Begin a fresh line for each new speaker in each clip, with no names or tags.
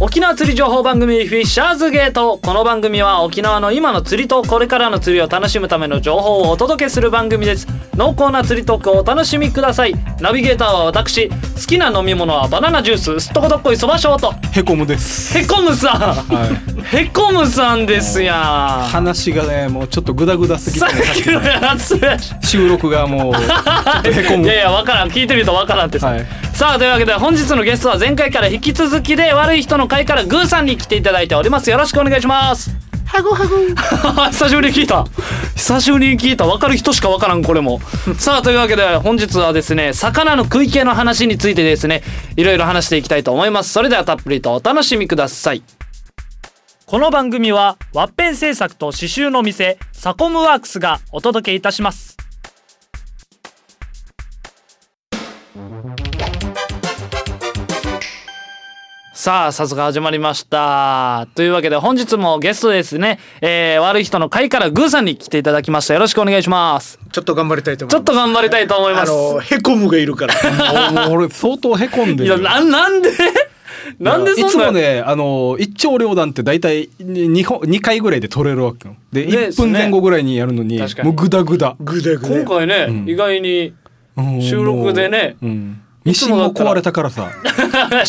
沖縄釣り情報番組フィッシャーズゲートこの番組は沖縄の今の釣りとこれからの釣りを楽しむための情報をお届けする番組です濃厚な釣りトークをお楽しみくださいナビゲーターは私好きな飲み物はバナナジュースすっとこどっこいそばショート
へこむです。
へこむさん
はい。
へこむさんですや
話がね、もうちょっとグダグダすぎて
さ
ね、
っきのやつ
収録がもう、ちょっとへこ
い
む。
やいやわからん聞いてみるとわからんってさ、
はい
さあというわけで本日のゲストは前回から引き続きで悪い人の会からグーさんに来ていただいておりますよろしくお願いしますはごはご 久しぶりに聞いた久しぶりに聞いたわかる人しかわからんこれもさあというわけで本日はですね魚の食い系の話についてですねいろいろ話していきたいと思いますそれではたっぷりとお楽しみくださいこの番組はワッペン製作と刺繍の店サコムワークスがお届けいたしますさあ早速始まりましたというわけで本日もゲストですね、えー、悪い人の会からグーさんに来ていただきましたよろしくお願いします
ちょっと頑張りたいと思
ち
い
ょっ
ます。
と頑張りたいと思います
あのへこむがいるから。
もう俺相当へこんで
いや
る。
ななんでなんで
いつ
そんな
もね、あの、一丁両断って大体2本、二回ぐらいで取れるわけよ。で、
です
1
ね
分前後ぐらいにやるのに
確か、に
もうグダグダ。
ぐだぐだ。
今回ね、
うん
意外に
うん
収録でね
もううん。ミシンも壊れたからさ。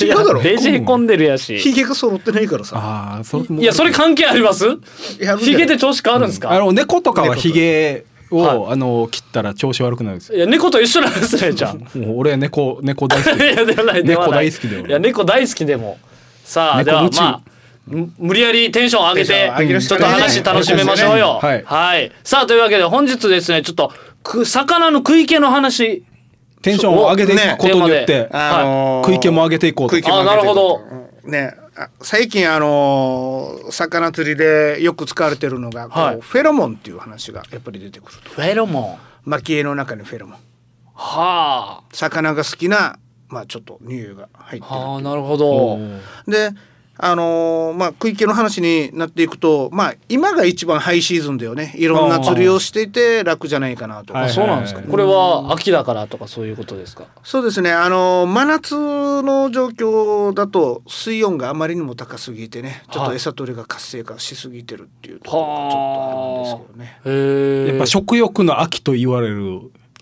違うだ ろ
いやデジへこんでるやし
ひげが揃ってないからさ。
ああ、それも
いやそれ関係あります
やるんじ
ヒ
ゃない
ゲで調子変わるんですか、
あの、猫とかはヒゲ
は
を、あの、切ったら調子悪くなるんです
い
よ。
や猫と一緒なんですねじゃあ
もう俺猫、猫大好き
い。やではないではない
猫大好きだよ
いや猫大好きでもさあで
猫
は
夢中
まあむ無理やりテンション上げ
テンション上げ
て
る
ち
し
ょ
か
っと
ないね
話楽しめましょうよ
はい
さあというわけで本日ですねちょっとく魚の食い気の話
テンションを上げていくことによって、
ね
あのー
食い気も上げていこうと
食い気も上げていこ
あ
うね、あ最近あのー魚釣りでよく使われてるのが、こう
はい
フェロモンっていう話がやっぱり出てくると。
フェロモンは
蒔絵の中にフェロモン。
あ
魚が好きなまあちょっと匂いが入ってる。
はあなるほど
であのーまあ、食い気の話になっていくと、まあ、今が一番ハイシーズンだよねいろんな釣りをしていて楽じゃないかなと
は
あ
い
そうなんですかこれは秋だからとかそういうことですか
そうですねあのー真夏の状況だと水温があまりにも高すぎてねちょっ
は
と
い
餌取りが活性化しすぎてるっていうところがちょっとあるんですけどね。
へえ
やっぱ食欲の秋と言われる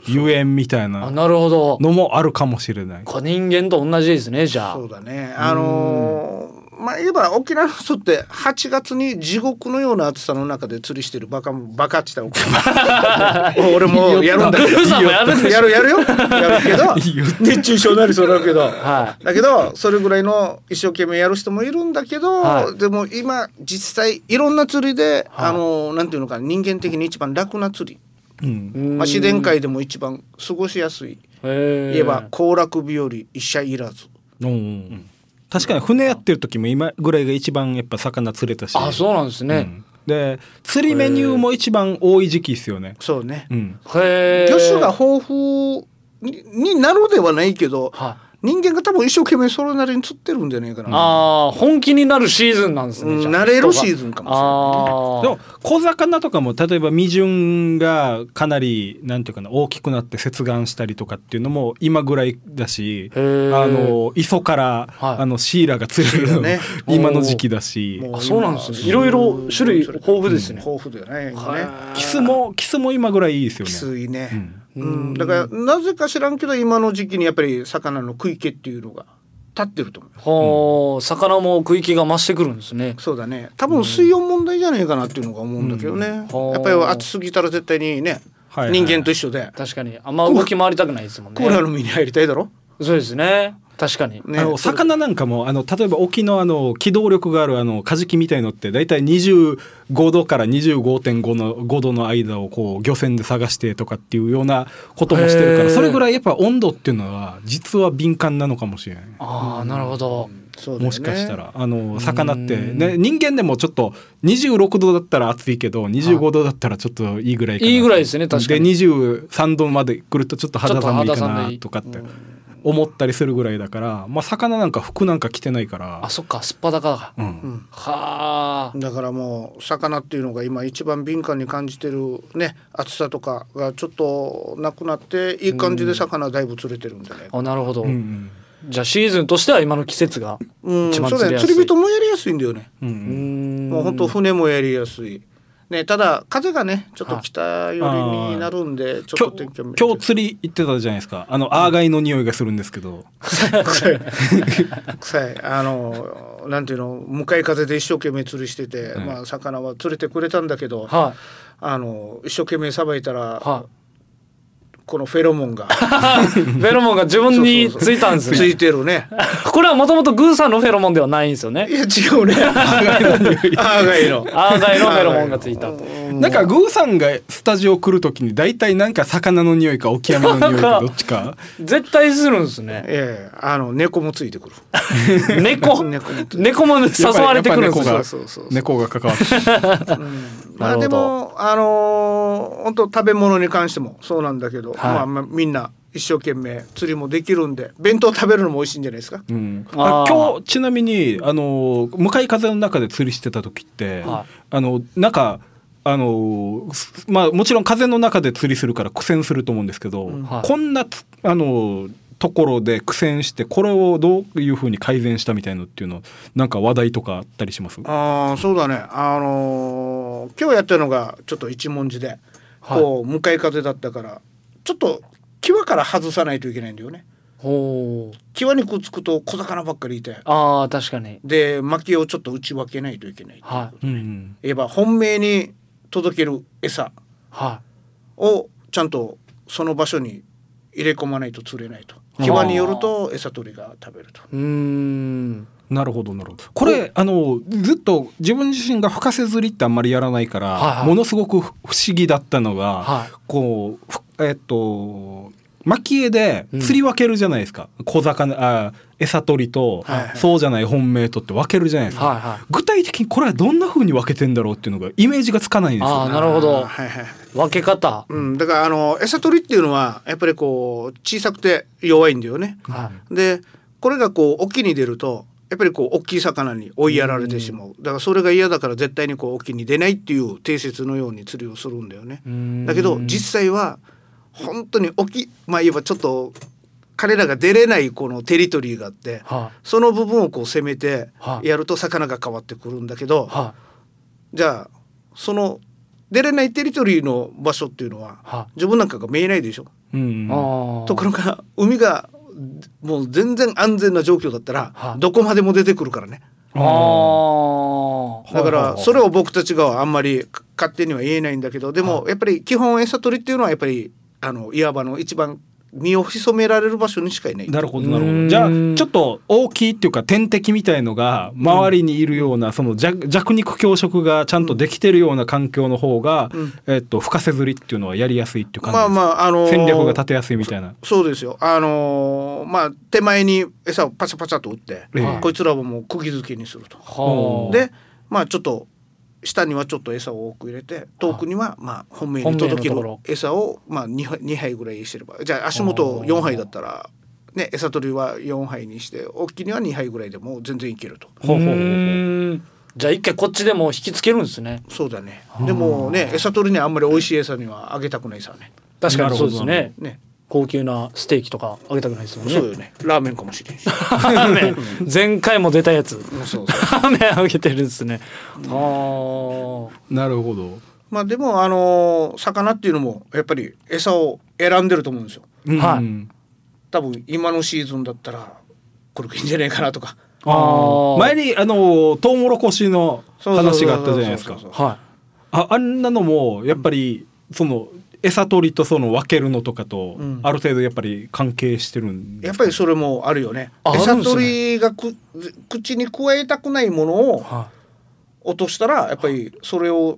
ゆえんみたい
あ
な
なるほど
のもあるかもしれない。
これ人間と同じですねじゃあ
そうだねあのーまあ言えば沖縄の人って8月に地獄のような暑さの中で釣りしてるバカもバカって言ったら 俺もやるんだけど
グーさんもやるんでしょ
やるやるよやるけ ど
いいよ
熱中症になりそうだけど、
は
だけどそれぐらいの一生懸命やる人もいるんだけど、
はい
でも今実際いろんな釣りで、
はい
あのなんていうのかな人間的に一番楽な釣り、
うん
まあ、自然界でも一番過ごしやすい、
言
言えば行楽日和一社いらず
うん確かに船やってる時も今ぐらいが一番やっぱ魚釣れたし。
あそうなんです
う
ね、
んで釣りメニューも一番多い時期ですよね。
そうね、
うん
へえ
魚種が豊富にになるではないけど
はい
人間が多分一生懸命それなりに釣ってるんじゃないかな、
ああ本気になるシーズンなんです
う
ね、
ん
じゃあ
慣れるシーズンかもしれない
あ
でも小魚とかも例えば未順がかなりなんていうかな大きくなって接岸したりとかっていうのも今ぐらいだし
あーへ
あ
あ
の磯から、
はい
あのシイラが釣れるの、
ね
今の時期だし
も
あそうなんですねいろいろ種類豊富ですね、
豊富だよね今ね
は
キスもキスも今ぐらいいいですよね
きついね、
うん
い
うん、だからなぜか知らんけど今の時期にやっぱり魚の食い気っていうのが立ってると思う
ほう魚も食い気が増してくるんですね
そうだね多分水温問題じゃないかなっていうのが思うんだけどね、
うん
やっぱり暑すぎたら絶対にね、
はいはい
人間と一緒で
確かにあんま動き回りたくないですもん
コーラ
ね
の身に入りたいだろ、
そうですね確かに、
ね、
あの魚なんかもあの例えば沖のあの機動力があるあのカジキみたいのって大体25度から25.5の5度の間をこう漁船で探してとかっていうようなこともしてるか
へ
ら
ー
それぐらいやっぱ温度っていうのは実は敏感なのかもしれない。
ああなるほど、
そうだよね
もしかしたらあの魚ってね人間でもちょっと26度だったら暑いけど25度だったらちょっといいぐらいかない
いぐらいですね確かに
で23度まで来るとちょっと肌寒い
ちょっと
か
肌寒
ないとかって思ったりするぐらいだからまあ魚なんか服なんか着てないから
あそっかすっぱだか
う
うん
ん
はあ
だからもう魚っていうのが今一番敏感に感じてるね暑さとかがちょっとなくなっていい感じで魚だいぶ釣れてるんじゃないか、
あなるほど、
うんうん
じゃあシーズンとしては今の季節が
うん、
一番
そう
釣れ
だね
やすい
釣り人もやりやすいんだよね、
うん
もう本当船もやりやすい、ね、ただ風がねちょっと北寄りになるんで、ちょ
今
っと天気
日
は
今日釣り行ってたじゃないですかあのアーガイの匂いがするんですけど
臭い臭いあのなんていうの向かい風で一生懸命釣りしてて、まあ、魚は釣れてくれたんだけど、
は
あの一生懸命さばいたら、
いは
このフェロモ ン
い
が
フェロモンが自分に
そうそうそう
ついたんです
つ
ね
いてるね
これはもともとグーさんのフェロモンではないんですよ
い
ね
や違うねアーガイの
アーガイのフェロモンがついたと
なんかグーさんがスタジオ来るときに大体なんか魚の匂いかオキアミの匂いかどっちか
絶対するんです ね
ええあの猫もついて くる
猫
猫もついてくる
猫も誘われてくるんです
やっぱりやっぱ猫
よ
が
そうそうそう
猫が関わって
まあ
な
で
るほど
もあのー本当食べ物に関してもそうなんだけど、
はい
まあまあみんな一生懸命釣りもできるんで弁当食べるのも美味しいんじゃないですか。
うん、
あ
あ
ー
今日ちなみにあの向かい風の中で釣りしてた時って、
は
あのなんかあのすまあもちろん風の中で釣りするから苦戦すると思うんですけど、
うん
はい
こんなつあのところで苦戦してこれをどういうふうに改善したみたいのっていうのなんか話題とかあったりします
ああそうだねあのー今日やったのがちょっと一文字で、
はい
こう向かい風だったからちょっと際から外さないといけないんだよね。
ほう
際にくっつくと小魚ばっかりいて
ああ確かに
で薪をちょっと打ち分けないといけない。
はい
うん
言えば本命に届ける餌
は
をちゃんとその場所に入れ込まないと釣れないと
あー
際によると餌取りが食べると
いうーん
なるほどなるほどこれあのずっと自分自身が深瀬釣りってあんまりやらないから、
はいはい
ものすごく不思議だったのが、
はい
こうふえっと蒔絵で釣り分けるじゃないですか、小魚あ餌取りと、
はいはい
そうじゃない本命とって分けるじゃないですか、
はいはい
具体的にこれはどんな風に分けてんだろうっていうのがイメージがつかないんです
あ
よ
あなるほど
はいはい、
分け方
うん、だからあの餌取りっていうのはやっぱりこう小さくて弱いんだよね
はい
でこれがこう沖に出るとやっぱりこう大きい魚に追いやられてしまうだからそれが嫌だから絶対にこう沖に出ないっていう定説のように釣りをするんだよねだけど実際は本当に沖まあ言えばちょっと彼らが出れないこのテリトリーがあって
は
その部分をこう攻めて
はい
やると魚が変わってくるんだけど、
いは
じゃあその出れないテリトリーの場所っていうの
いは
はい自分なんかが見えないでしょ。
うん
あー
ところが海がもう全然安全な状況だった
は
ら
い
どこまでも出てくるからね。
ああ
だからそ
れ
れを僕たちがあんまり勝手には言えないんだけどでもやっぱり基本餌取りっていうのはやっぱりあのいわばの一番身を潜められる場所にしかいない。
なるほどなる
う
ほ
ーん
どじゃあちょっと大きいっていうか天敵みたいのが周りにいるようなその弱弱肉強食がちゃんとできてるような環境の方が、
うん
えっと深瀬釣りっていうのはやりやすいっていう感じ
ま
で
あ
すか
まああのー
戦略が立てやすいみたいな。
そうですよ。あのーまあ手前に餌をパチャパチャと打って、
ええ
はい
こいつらはもう釘付けにすると。
はあ
お
でまあちょっと下にはちょっと餌を多く入れて遠くにはまあ本命に届
本命の
け
とこ
る
ろ
餌をまあ 2, 杯2杯ぐらいしてればじゃあ足元
あー
4杯だったら、ね、餌取りは4杯にして大きいには2杯ぐらいでも全然いけると
ほうほうほうほう
うーんじゃあ一回こっちでも引きつけるんですね
そうだねでもね餌取りにあんまり美味しい餌にはあげたくないさね
確かにそうです
なる
ね
ね
高級なステーキとかあげたくないですもんね
そ うよねラーメンかもしれんしう
ね前回も出たやつ
ん そうそう
雨あげてるんですねは
なるほど。
まあでもあのー魚っていうのもやっぱり餌を選んでると思うんですよ
はい
うん
多分今のシーズンだったらこれがいいんじゃないかなとか
ああ
前にあのトウモロコシの話があったじゃないですか
そうそうそうそうそう。
あは
ああんなのもやっぱりその餌取りとその分けるのとかと
うん
ある程度やっぱり関係してるんで
やっ
す
ぱ
か
りそれもあるよね。
ああ
餌
るんですね
取りがく口に加えたくないもの
い
を
は
落としたらやっぱりそれを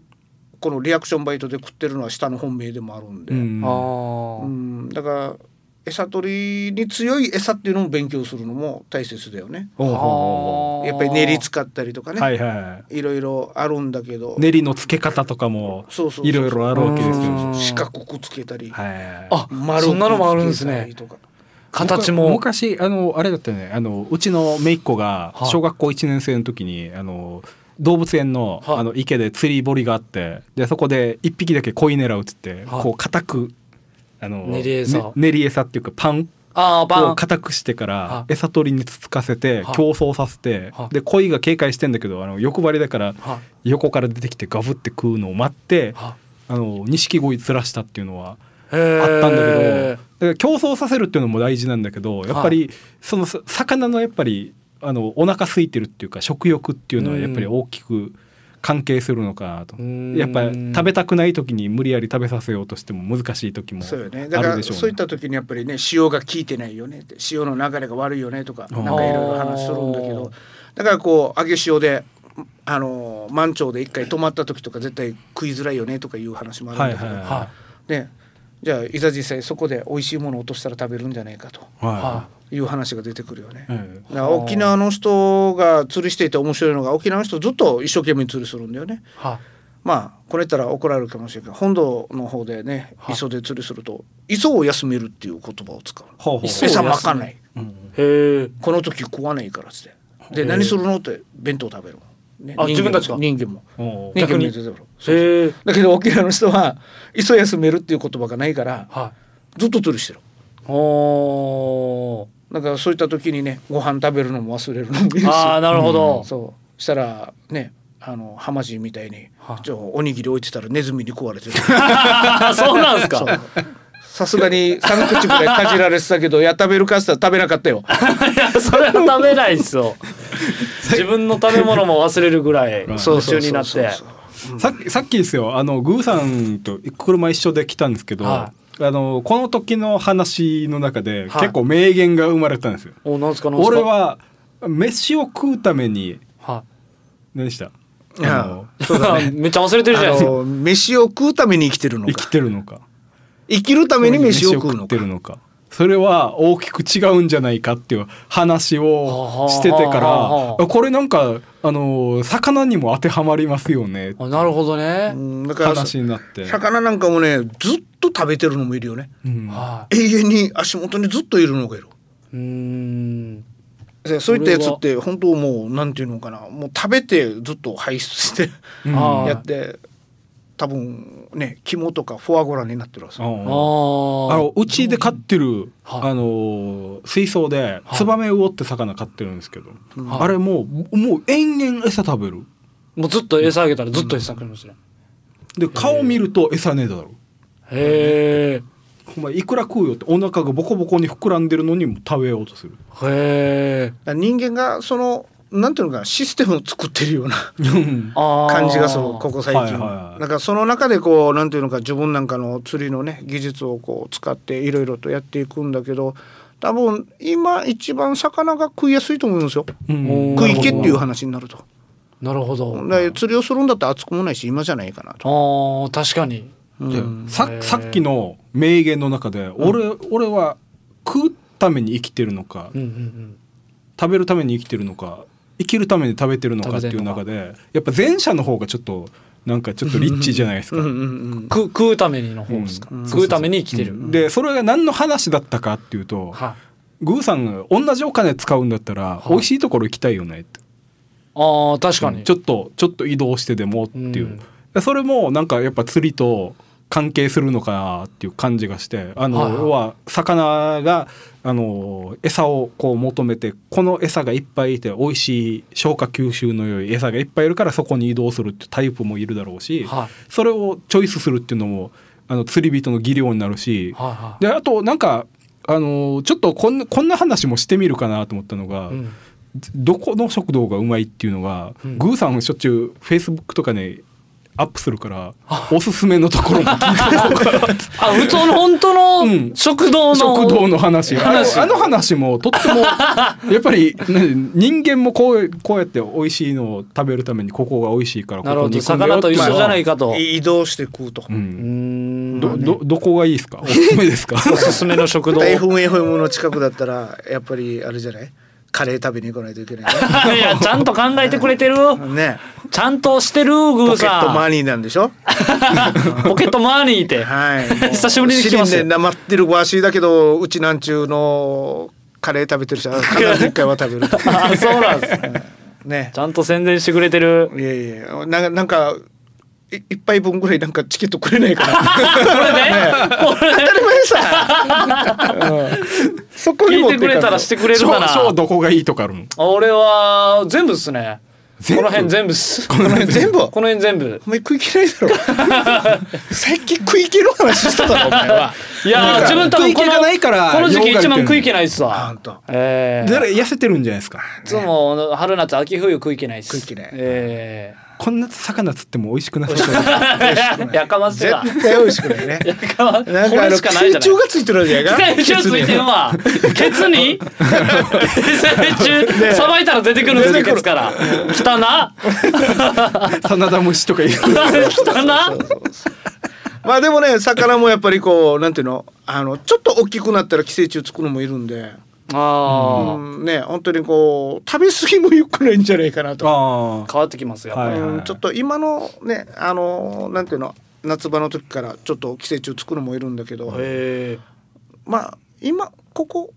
このリアクションバイトで食ってるのは下の本命でもあるんで、
う
い
ん
あ
う
ー
んだから餌取りに強い餌っていうのも勉強するのも大切だよね。
ほうほうほ
あー
やっぱり練り使ったりとか
う
ね、、
はいいはい
ろいろあるんだけど、
練りの付け方とかも
そうそうそう
いろいろあるわけですよ
うん
四角くつけたり、
はい
あ
丸
そんなのもあるん
く
で
つ
す
けたり
ね
とか
形も
昔あのあれだったよねあのうちの姪っ子が
はい
小学校1年生の時にあの動物園の,、
はい
あの池で釣り堀があってでそこで1匹だけ鯉狙うっつって、
はい
こう固くあの
練り餌
ね練り餌っていうかパン
ああバ
を
ン
固くしてか
は
ら餌取りにつつかせて
はい
競争させて
はい
で鯉が警戒してんだけどあの欲張りだから
は
横から出てきてガブって食うのを待って
は
あの錦鯉釣らしたっていうのは
へー
あったんだけど、だから競争させるっていうのも大事なんだけどやっぱりそのさ魚のやっぱりあのお腹空いてるっていうか食欲っていうのはやっぱり大きく関係するのかなと、
うん
やっぱり食べたくない時に無理やり食べさせようとしても難しい時もあ
そう
る
よ
でしょう
ね
ね。
だからそういった時にやっぱりね潮が効いてないよねって潮の流れが悪いよねとかなんかいろいろ話するんだけ
あー
どだからこう上げ潮であのー満潮で一回止まった時とか絶対食いづらいよねとかいう話もあるんだけど、
はいはい
は
ねじゃあいざ実際そこで美味しいものを落としたら食べるんじゃないかと
い
は
は
いう話が出てくるよね。
い、
だから沖縄の人が釣りしていて面白いのが沖縄の人ずっと一生懸命釣りするんだよね。
いは
まあこれ言ったら怒られるかもしれないけど本土の方でね
はい
磯で釣りすると磯を休めるっていう言葉を使うの
ほうほう
磯を
餌まかない
いへえ
この時食わないからっつって
へえ
で何するのって弁当食べるの、ね
あ
人
自分
間も
たちが
人間も
おう
人間
逆
も
に
言ってたからそうそう
へえ
だけど沖縄の人は磯休めるっていう言葉がないから
は
ずっと釣りしてる
いおー
だからそういった時にねご飯食べるのも忘れるのもいいし
ああなるほど
そうしたらねあのハマジみたいに
はい
ちょおにぎり置いてたらネズミに食われてる。
そうなんです
そう
か
さすがに3口ぐらいかじられてたけどいや食べるかっつったら食べなかったよ
いや それは食べないです よ自分の食べ物も忘れるぐらい夢
そうそう
中
そう
になっ
そう
て
そう
さっきさっきですよあのグーさんと車一緒で来たんですけど、
は
あのこの時の話の中で
はい
結構名言が生まれたんですよ。
おなんすかなんすか
俺は飯を食うために
は
何でした
いや
あの
いめっちゃ忘れてるじゃない
あ
ですか
の飯を食うために生きてるの
生き
か
てるのか
生きるために飯を食う
飯
の
って
か
るのかそれは大きく違うんじゃないかっていう話をしててか
はあはあはあは
らこれなんかあの魚にも当てはまりますよねって
あなるほどね
う、んだから
話になって、
魚なんかもねずっと食べてるのもいるよね
うん
は
永遠に足元にずっといるのがいる
いうーん
でそういったやつって本当もうなんていうのかなもう食べてずっと排出して
うん
あはい
やって多分ね肝とかフォアグラになってるわけですよ
あ
うんあ
ー
のうちで飼ってる、
はい
あのー水槽で
はい
ツバメウオって魚飼ってるんですけど、
はい
あれもうもう延々餌食べる
もうずっと餌あげたらずっと餌食いますね
で顔見ると餌ねえだろ
へえ
お前いくら食うよってお腹がボコボコに膨らんでるのにも食べようとする
へえ
だから人間がそのなんていうのかなシステムを作ってるような
感
感じがするここ最近、
はいはいはい
だからその中でこうなんていうのか自分なんかの釣りのね技術をこう使っていろいろとやっていくんだけど多分今一番魚が食いやすいと思うんですよ
うん
食い気っていう話になると
なるほど
だから釣りをするんだったら熱くもないし今じゃないかなと、
あー確かに
うん
で
へー
ささっきの名言の中で俺,、俺は食うために生きてるのか、
うんうんうん
食べるために生きてるのか生きるために食べてるのかっていう中でやっぱ前者の方がちょっとなんかちょっとリッチじゃないです
うん
か
う。んうん
く食うためにの方ですか、
うん
食うために生きてる、
うんでそれが何の話だったかっていうと、
はい
グーさんが同じお金使うんだったら
い
美味しいところ行きたいよねって、
ああ確かに
ちょっとちょっと移動してでもっていう
うん、
でそれもなんかやっぱ釣りと関係するのかなっていう感じがしてあの、
はいはい
要は魚があの餌をこう求めてこの餌がいっぱいいて美味しい消化吸収の良い餌がいっぱいいるからそこに移動するっていうタイプもいるだろうし、
はい
それをチョイスするっていうのもあの釣り人の技量になるし、
はいはい
であとなんかあのーちょっとこんなこんな話もしてみるかなと思ったのが、
うん
どこの食堂がうまいっていうのが、
うん
グーさんしょっちゅうフェイスブックとかねアップするからおすすめのところも
あ普通の本当
う
の
ん
食堂の
食堂の話あ
話
のあの話もと ってもやっぱりね人間もこうこうやって美味しいのを食べるためにここが美味しいからこ
なるほ
こ
ど
に行くんだよ
魚
って
と
い
一
うのは
緒じゃないかと、
移動して食うと、
う
うんん
どどどこがいいですかおすす めですか
おすすめの食堂
FMFM の近くだったらやっぱりあれじゃないカレー食べに行かないといけないね
いやちゃんと考えてくれてる
ね
ちゃんとしてるグ
ポ
ー
ケットマ
さ
ニーなんでしょ
んポケットマーニーって
はい。もう
久しぶりに来ましたよ
試練でなまってるわしだけど、うちなんちゅうのカレー食べてる 人は必ず一回は食べると。
あそうなんです
ね
ち。ゃんと宣伝してくれてる
いやいや、ななんか、い一杯分ぐらいなんかチケットくれないから
これねこれね
当たり前さ、 うんそこに持
聞
っ
い
て
てく
いかない
れたらしてくれるか な
小小どこがいいとかあるの
俺は全部っすねこ
全部
の辺全部っすこの
辺全部
この辺全部
お前食いけないだろ 最近食いける話してたぞお前はい
やー自分多分こ
食い気
の
がないから
この時期一番
ヨガやってる
食いけないっすわ
あほんと
ええ
だから痩せてるんじゃないですか
いつも春夏秋冬食いけないっす
食いけない
え
こんな魚釣っても美味しくなさそう
え やかましい
絶
わ
対美味しくないね
やかまこ
なんか あ
れ
の
しかないじ
寄
ゃない
生虫がついてるじゃないか
寄生虫ついてるわケツに寄生虫さばいたら出てくるんですよケツから汚な
真田虫とか言う
汚な
まあでもね魚もやっぱりこうなんていうのあのちょっと大きくなったら寄生虫つくのもいるんで、う
あ
ん、ね本当にこう食べ過ぎも良くないんじゃないかなと、
あ
あ変わってきますやっぱ
はい
り
うん、ちょっと今のねあのなんていうの夏場の時からちょっと寄生虫つくのもいるんだけど、
へえ
まあ今ここ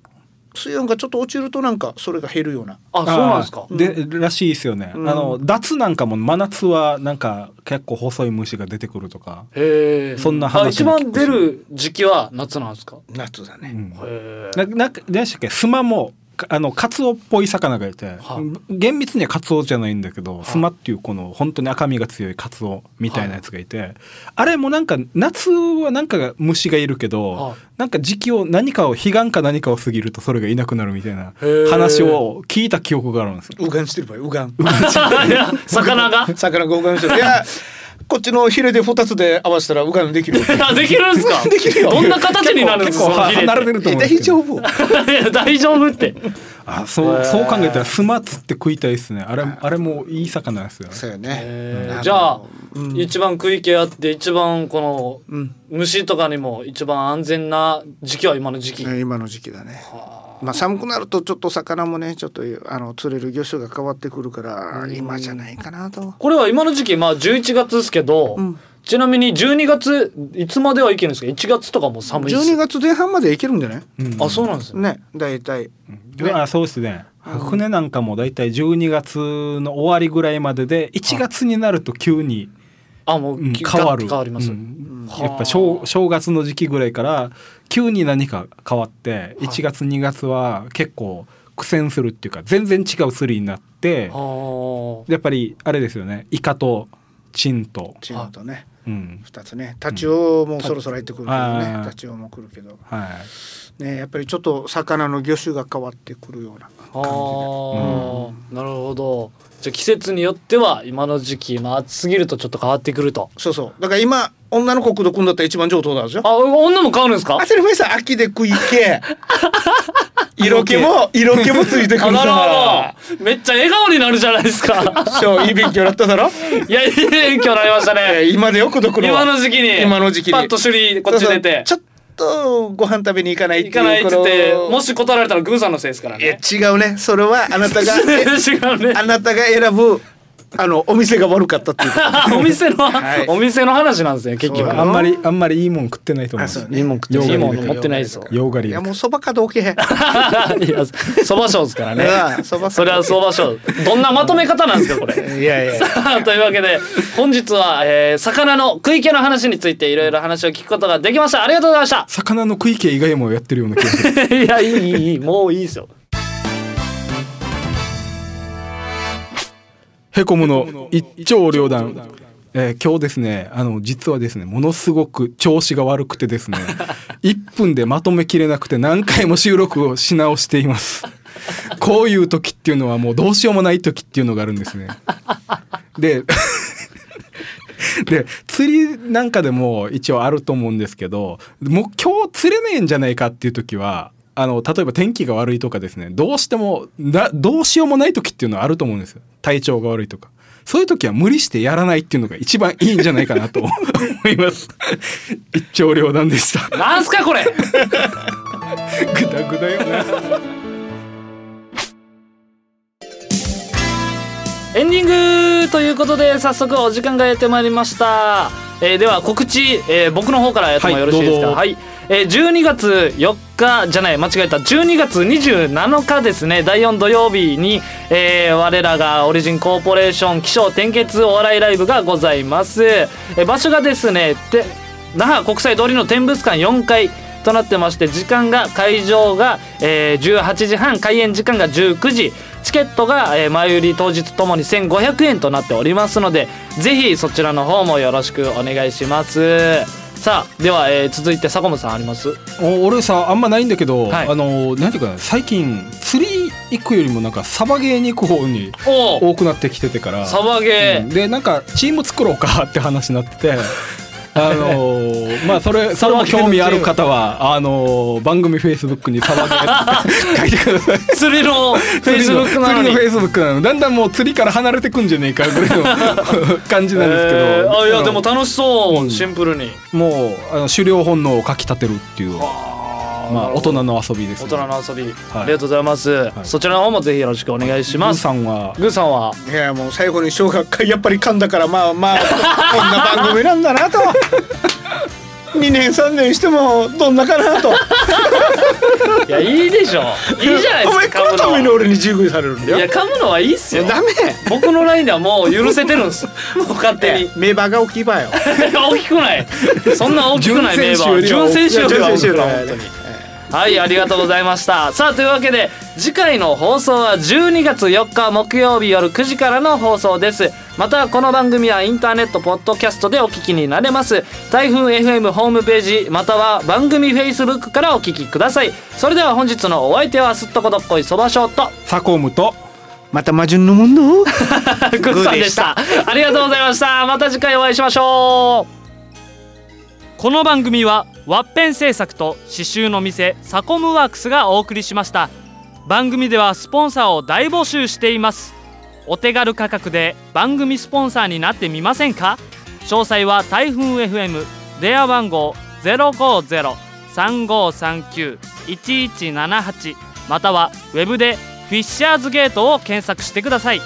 水温がちょっと落ちるとなんかそれが減るような
あそうなんですか
あーでらしいですよね、
うん
あの脱なんかも真夏はなんか結構細い虫が出てくるとか、
へえ
そんな話
あ一番出る時期は夏なんですか
夏だね、
うん
へ
ななんか何でしたっけスマもかあのカツオっぽい魚がいて、
は
厳密にはカツオじゃないんだけど、スマっていうこの本当に赤身が強いカツオみたいなやつがいて、あれもなんか夏はなんか虫がいるけど、
はい
なんか時期を何かを彼岸か何かを過ぎるとそれがいなくなるみたいな
ー
話を聞いた記憶があるんですよ。
うがんしてる場合うがん
え いや魚が
魚がうがんしてるいやこっちのヒレで二つで合わせたらうがんでき るよ
あできるんですか
できるよ
どんな形になるんです
結構
かそのヒレって
離れてると思うんです
大
けど
丈夫
いや大丈夫って
あそうそう考えたらスマ釣って食いたいですねあれあれもいい魚ですよね
そうよね、
え
う
ー
ん
じゃあ、
うん
一番食い気あって一番この、
うん
虫とかにも一番安全な時期は今の時期、
えー今の時期だねまあ寒くなるとちょっと魚もねちょっとあの釣れる魚種が変わってくるから今じゃないかなと
これは今の時期まあ11月ですけど、
ん
ちなみに12月いつまではいけるんですか1月とかもう寒いです
12月前半までいけるんじゃない
うん
あそうなんですね
ね大体
であそうですね、船なんかも大体12月の終わりぐらいまでで1月になると急に、
あもう、
うん
き
変わ
ガ
る
ッと変わります、
うん
はあ
やっぱ正正月の時期ぐらいから急に何か変わって1月2月は結構苦戦するっていうか全然違う釣りになって
はあ
やっぱりあれですよねイカとチンと、
チームとね
うん
2つねタチウオもそろそろ入ってくるけど
あ
ね
ー
タチウオも来るけど
はい、
ねやっぱりちょっと魚の魚種が変わってくるような
あーなるほどじゃあ季節によっては今の時期、まあ、暑すぎるとちょっと変わってくると
そうそうだから今女の子口説くんだったら一番上等なんですよ
あ女も変わるんですか
当たり前さ秋で食い け色気も色気もついてく
あ
る
なる
さ
ほどめっちゃ笑顔になるじゃないですか
そういい勉強だっただろ
いやいい勉強になりました
えー
ね
今でよくどくのは
今の時期に
今の時期に
パッと首里こっち出て
そうそうちょっとご飯食べに行かないってい
行
う
かないっつって
この
もし断られたらグーさんのせいですから
いや
ね
違うねそれはあ なたがえ
違うね
あなたが選ぶあのお店が悪かったっていうこ と
お店の、
はい
お店の話なんですね結局
そう
あんまりあんまりいいもん食ってないと思うんです
あそう
いいもん食って
ヨー
い
ガ
い
リ
もん
ー
持ってないですよ
ヨーガ
い
リ
や
ー
もうそばかどけへん
いやそば賞ですからね
ああ そば
それはそば賞どんなまとめ方なんですかこれ
いやいや
さあというわけで本日は、えー魚の食い気の話についていろいろ話を聞くことができましたありがとうございました
魚の食い系以外もやってるような気がする
いやいいいいいいもういいですよ。
へこむの一丁両断。えー今日ですねあの実はですねものすごく調子が悪くてですね1分でまとめきれなくて何回も収録をし直していますこういう時っていうのはもうどうしようもない時っていうのがあるんですねでで釣りなんかでも一応あると思うんですけどもう今日釣れねえんじゃないかっていう時はあの例えば天気が悪いとかですねどうしてもなどうしようもない時っていうのはあると思うんですよ体調が悪いとかそういう時は無理してやらないっていうのが一番いいんじゃないかなと思います一丁両断でした
なんすかこれ。
グダグダよね
エンディングということで早速お時間がやってまいりました。えーでは告知、えー僕の方からやっても
はい
よろしいですか。
どうぞ
はい。えー12月4日じゃない間違えた12月27日ですね第4土曜日に、えー我らがオリジンコーポレーション起承転結お笑いライブがございます、えー場所がですねて那覇国際通りの天物館4階となってまして時間が会場が、えー18時半開演時間が19時チケットが、えー前売り当日ともに1500円となっておりますのでぜひそちらの方もよろしくお願いしますさあでは、えー続いて佐古さんあります
お俺さあんまないんだけど、
はい
あのなんていうかな最近釣り行くよりもなんかサバゲーに行く方に
おお
多くなってきててから
サバゲー、
うんでなんかチーム作ろうかって話になっててあのーまあそれ
サ
それ
バ
も
ゲーの
興味ある方はあのー番組フェイスブックにサバゲーって書いてください。
釣りの フェイスブックなのに
釣りのフェイスブックなのだんだんもう釣りから離れてくんじゃねえかぐらいの感じなんですけど、
えーあいやでも
あ
楽しそう、
うん
シンプルに
のもうあの狩猟本能をかきたてるっていうま
ま
あ大人の遊びです、
大人
ね、
の遊び、ありがとうございます、
い
そちらの方もぜひよろしくお願いしま
皆
す
さんは
グーさんはい
やもう最後に小学会やっぱり噛んだからまあまあこんな番組なんだなと2年3年してもどんなかなと
いやいいでしょいいじゃない
お
で
前
すか
このた
噛
め
む
に
の
俺に自由されるんだ
い
よ
や噛むのはいいっす
いや
よ
ダメ
僕のラインではもう許せてるん ですもう勝手に
メーバーが大きいばよ
大きくないそんな大きくない名
準選手
馬
よりは
準選手よりは大
純
きく
正
ない本
よ
当にはい、ありがとうございました。さあ、というわけで、次回の放送は12月4日木曜日夜9時からの放送です。また、この番組はインターネット、ポッドキャストでお聞きになれます。台風 FM ホームページ、または番組 Facebook からお聞きください。それでは本日のお相手は、すっとこどっこいそばしょうと、
サコムと
また魔順のもん
グ
の
ッさんでした。ありがとうございました。また次回お会いしましょう。この番組はワッペン製作と刺繍の店サコムワークスがお送りしました。番組ではスポンサーを大募集しています。お手軽価格で番組スポンサーになってみませんか。詳細は台風 FM 電話番号ゼロ五ゼロ三五三九一一七八またはウェブでフィッシャーズゲートを検索してください。